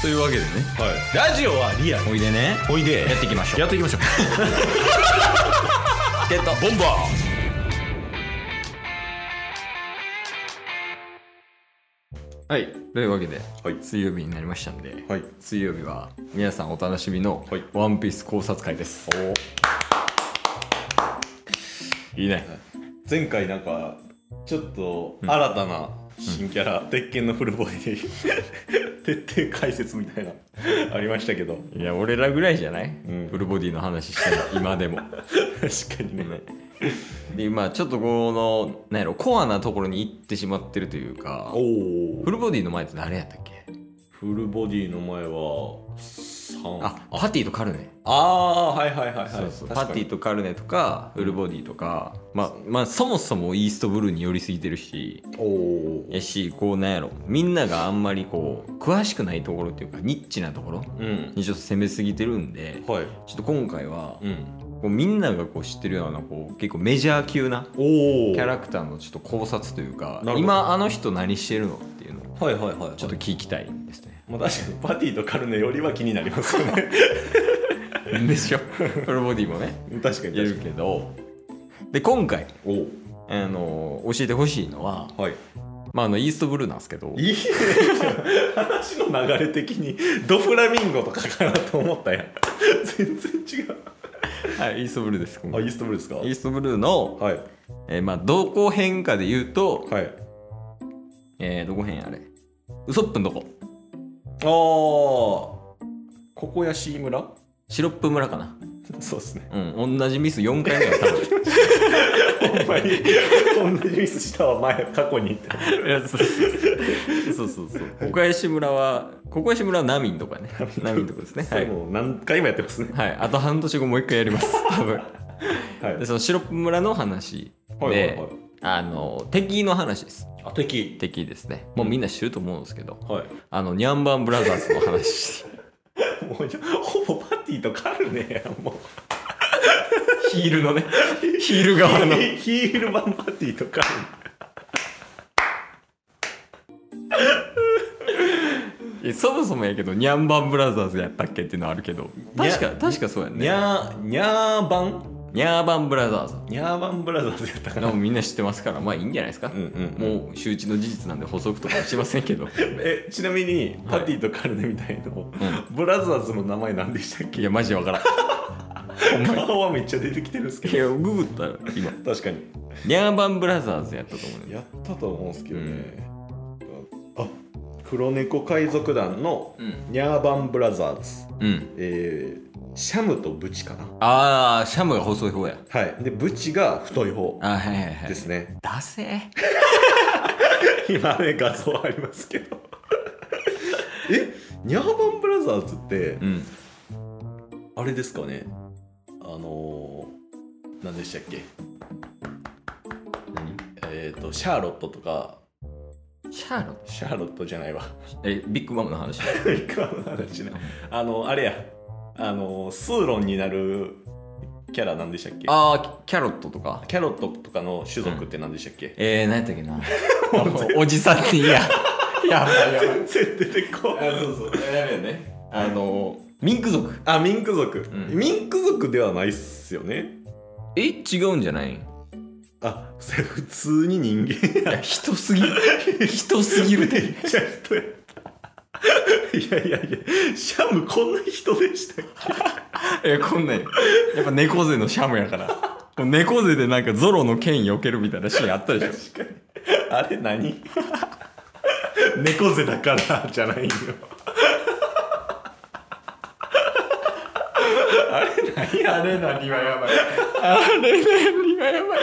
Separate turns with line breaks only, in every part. というわけでね
はい、ラジオはリアル
おいでね
おいで
やっていきましょう
やっていきましょう
ってた
ボンバ
はいというわけで、
はい
水曜日になりましたんで、
ーはい
水曜日は皆さんお楽しみの
はい
「ワンピース考察会です、い、いね
前回なんかちょっと新たな新キャラ、鉄拳のフルボディ 徹底解説みたいなありましたけど
いや俺らぐらいじゃない、
うん
フルボディの話してる 今でも
確かにね、
でまあちょっとこのなんやろコアなところに行ってしまってるというか
お
フルボディの前って誰やったっけ
フルボディの前は3
あパティとカルネ
あーはいはいはいはい
そうそうパ
確か
テ
に
ィとカルネとかフルボディとか、まあ、まあそもそもイーストブルーに寄りすぎてるし
おお
やしこうなんやろみんながあんまりこう詳しくないところっていうかニッチなところ
うん
にちょっと攻めすぎてるんで
はい
ちょっと今回は
うん
こうみんながこう知ってるようなこう結構メジャー級な
おお
キャラクターのちょっと考察というか
なるほど
今あの人何してるのっていうのを
はいはいはい
ちょっと聞きたいんです ね。
まあ確かにパティとカルネよりは気になります よね
でしょフルボディもね
確かに確かに
やるけどで今回
おお
あの教えてほしいのは、
はい
まあ、あのイーストブルーなんですけど
いいね話の流れ的にドフラミンゴとかかなと思ったやん全然違う
はい、イーストブルーです今
あ
回
イーストブルーですか
イーストブルーの、
はい
えーまあ、動向変化で言うと、
はい
えー、どこ変あれウソップのどこ
あーここやシー村
シロップ村かな
そうですね
うん同じミス4回目は多分
ほんまに同じミスしたわ前過去に
いやそうそうそうそう小林村は小林村はナミンとかねナミンとかですね
そ
は
れ
い、
もう何回もやってますね
はい、あと半年後もう一回やります 多分
はい
でそのシロップ村の話で、
はいはいはい
あの敵の話です
あ敵
敵ですねもうみんな知ると思うんですけど、
はい
あのニャンバンブラザーズの話
もうほぼパティとカルネやんもう
ヒールのねヒール側 の
ヒール版パティとか
いやそもそもやけどニャンバンブラザーズやったっけっていうのはあるけど
にゃ
確か確かそうやね
ニ
ニャ
ャーニャー版
ーバンブラザーズ
ニャー版ブラザーズやったか
で
な
もみんな知ってますからまあいいんじゃないですか、
んうん
もう周知の事実なんで補足とかはしません けど
えちなみにパティとカルネみたいの、ブラザーズの名前何でしたっけ
いやマジでわからん
顔はめっちゃ出てきてるんですけ
いやググったら今
ど確かに
ニャーバンブラザーズやったと思うね
やったと思うんですけどね、あ黒猫海賊団の
うん
ニャーバンブラザーズ、
うん
えーシャムとブチかな
ああシャムが細い方や
はいでブチが太い方
あーはいはいはい
ですね、
ダセー
今ね画像ありますけどえニャーバンブラザーズって
うん
あれですかねあのー、何でしたっけ
何
えっ、とシャーロットとか
シャーロッ
シャーロットじゃ ないわ
トえビッグマムの 話
いくらの話ねあのあれやあのスーロンになるキャラなんでしたっけ
ああキャロットとか
キャロットとかの種族って何でしたっけ、
えー、何やったっけ なあのおじさんって いややばいやばい
全然出てこない
あそうそうやべえねあのミンク族
あミンク族、
ん
ミンク族ではないっすよね
え違うんじゃないい
あそれ普通に人間
や人すぎる人すぎる って
めっちゃ人やったいやいやいやシャムこんな人でしたっけ
えこんなんやっぱ猫背のシャムやからこう猫背でなんかゾロの剣避けるみたいなシーンあったでしょ
確かにあれ何猫背だからじゃないよ
あれ何はやばいあれ何はやばい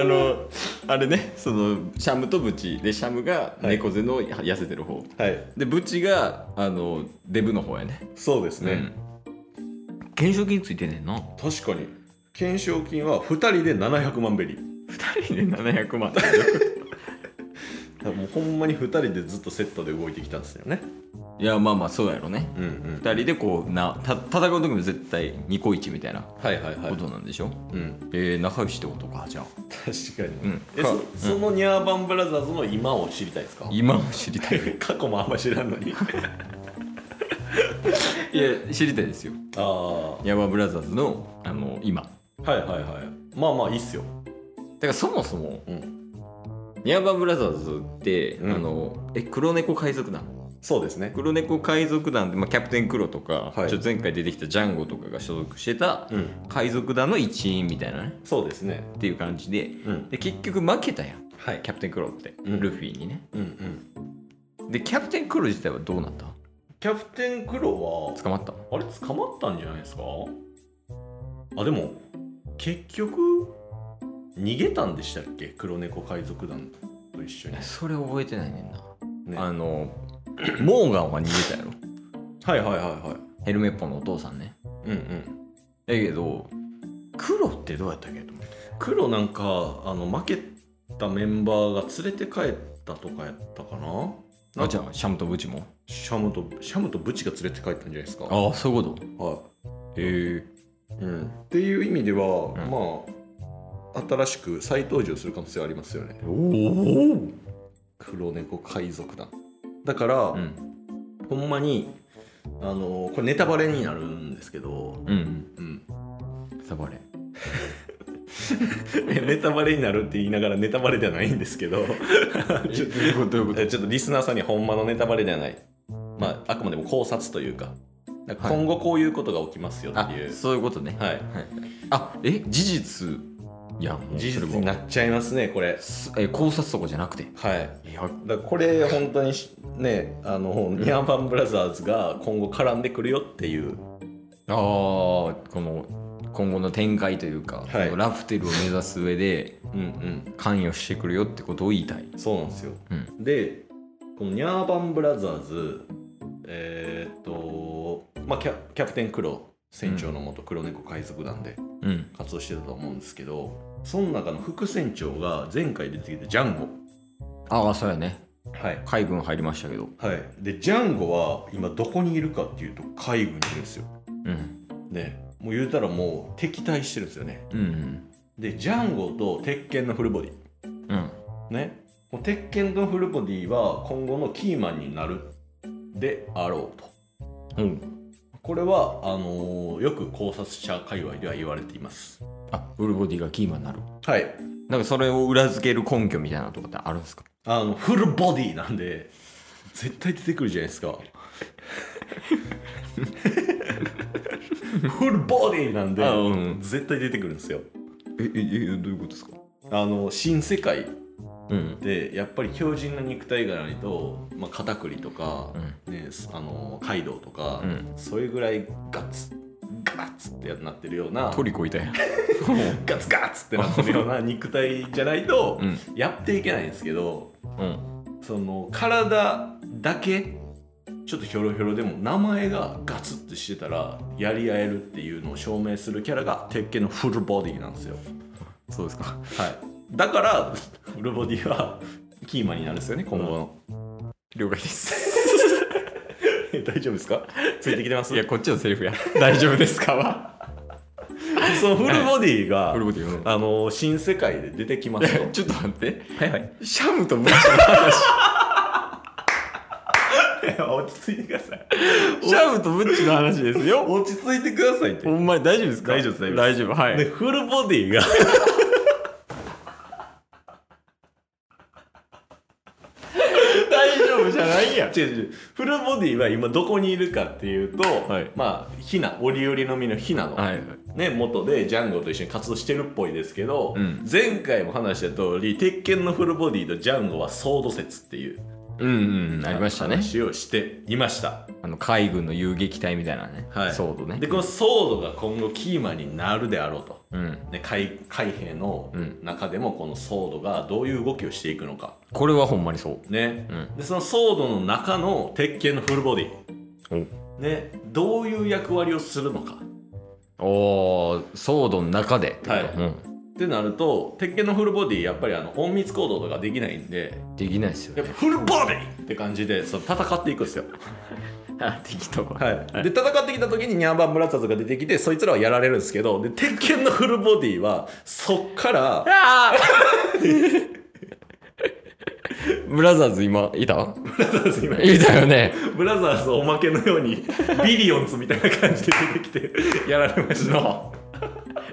あのあれねそのシャムとブチでシャムが猫背の痩せてる方、
はい
でブチがあのデブの方やね
そうですね、
うん懸賞金ついてんねんな
確かに懸賞金は2人で700万ベリー
2人で700万
もうほんまに2人でずっとセットで動いてきたんですよね
いやまあまあそうやろね
うんうん
2人でこうなた戦う時も絶対ニコイチみたいな
はいはいはい
ことなんでしょ、
うん
えー、仲良しってことかじゃあ
確かに、
うん
え
か
そそのニャーバンブラザーズの今を知りたいですか
今も知りたい
過去もあんま知らんの に
いや知りたいですよ
ああは
ヤバブラザーズのあの今だ
いはいはいまあまあいいっすよ
からそもそも
うん
ヤバブラザーズって、
うん
あのえ黒猫海賊団
そうですね
黒猫海賊団って、まあ、キャプテンクロとか、
はい
ちょっと前回出てきたジャンゴとかが所属してた
うん
海賊団の一員みたいなね
そうですね
っていう感じで
うん
で結局負けたやん
はい
キャプテンクロって、
うん
ルフィにね
うんうん
でキャプテンクロ自体はどうなった
キャプテンクロ
捕まった
はあれ捕まったんじゃないですかあでも結局逃げたんでしたっけ黒猫海賊団と一 緒に、
それ覚えてないねんな、
ね、
あ
はい
の モーガンは逃げたやろ
はいはいは
ヘルメッポのお父さんね
いうんうん
だけど黒ってどうやったっけと思って
黒なんかあの負けたメンバーが連れて帰ったとかやったかな
あじゃあシャムとブチも
シャムとシャムとブチが連れて帰ったんじゃないですか
ああそういうこと
は
へえ
いうん、っていう意味では、
ん
まあ新しく再登場する可能性はありますよね
おお
黒猫海賊団だから、
うん
ほんまにあのこれネタバレになるんですけど、
うん
うん、
サバレ
ネタバレになるって言いながらネタバレではないんですけどちょっと
いう ことどういう
えちょっとリスナーさんにほんまのネタバレではない、まあ、あくまでも考察というかだから今後こういうことが起きますよっ
あ
ていう、
そういうことね
はい
はいあえ事実やんもう
事
それ
実
は
になっちゃいますねこれ
すえ考察とかじゃなくて
はい
いや
だからこれ本当にしねあのニャンバンブラザーズが今後絡んでくるよっていう
あーこの今後の展開というか、
はい
ラフテルを目指す上で
うんうん
関与してくるよってことを言いたい、
そうなんですよ
うん、
でこのニャーバンブラザーズえーっとまあキャキャプテンクロ船長の元黒猫海賊団で
うん
活動してたと思うんですけどその中の副船長が前回出てきたジャンゴ
ああそうやね
はい
海軍入りましたけど
はいでジャンゴは今どこにいるかっていうと海軍にいるんですよ
うん
ねもう言うたらもう敵対してるんですよね
うん
でジャンゴと鉄拳のフルボディ
うんうん
ねもう鉄拳のフルボディは今後のキーマンになるであろうと
うん
これはあのーよく考察者界隈では言われています
あフルボディがキーマンになる
はい
なんかそれを裏付ける根拠みたいなとこってあるんですか
あのフルボディなんで絶対出てくるじゃないですか フルボディなんで
あうん
絶対出てくるんですよ
えええどういうことですか
あの新世界
うん
でやっぱり強靭な肉体がないと、まあ、肩栗とか、ね、すあのカイドウとか、
うん
それぐらいガッツガッツってなってるような
トリコいたやん
ガッツガッツってなってるような肉体じゃないと
うん
やっていけないんですけど、
うん
その体だけちょっとひょろひょろでも名前がガツッとしてたらやり合えるっていうのを証明するキャラが鉄拳のフルボディなんですよ。
そうですか
はい、だからフルボディはキーマンになるんですよね今後の。
了解です
大丈夫ですかついてきてます
いやこっちのセリフや大丈夫ですか は
そのフルボディが、
フルボディうん
あの新世界で出てきますと
ちょっと待って
はいはい
シャムとブチの話
落ち着いてください
シャムとブッチの話ですよ
落ち着いてくださいって
ほんまに大丈夫ですか
大丈夫です
大丈夫はい、
でフルボディが
大丈夫じゃないやん
違う違うフルボディは今どこにいるかっていうと、
はい
まあヒナ折々の実のヒナの、
はい
ね、元でジャンゴと一緒に活動してるっぽいですけど、
うん
前回も話した通り鉄拳のフルボディとジャンゴはソード説っていう
うんうんありましたね
話をしていました
あの海軍の遊撃隊みたいなね、
はい
ソードね
でこのソードが今後キーマンになるであろうと
うん、
ね、海海兵の
うん
中でもこのソードがどういう動きをしていくのか、
これはほんまにそう
ね
うん
でそのソードの中の鉄拳のフルボディ、ね、どういう役割をするのか
おおーソードの中でってこと
はい
うん
ってなると鉄拳のフルボディやっぱりあの隠密行動とかできないんで
できないですよ
やっ
ね
ぱフルボディって感じでその戦っていくんですよ、
あ 適当
はい、で戦ってきた時にニャンバンブラザーズが出てきてそいつらはやられるんですけどで鉄拳のフルボディはそっから
あー ブラザーズ今いた
ブラザーズ今
いたよね
ブラザーズおまけのようにビリオンズみたいな感じで出てきてやられました
の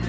す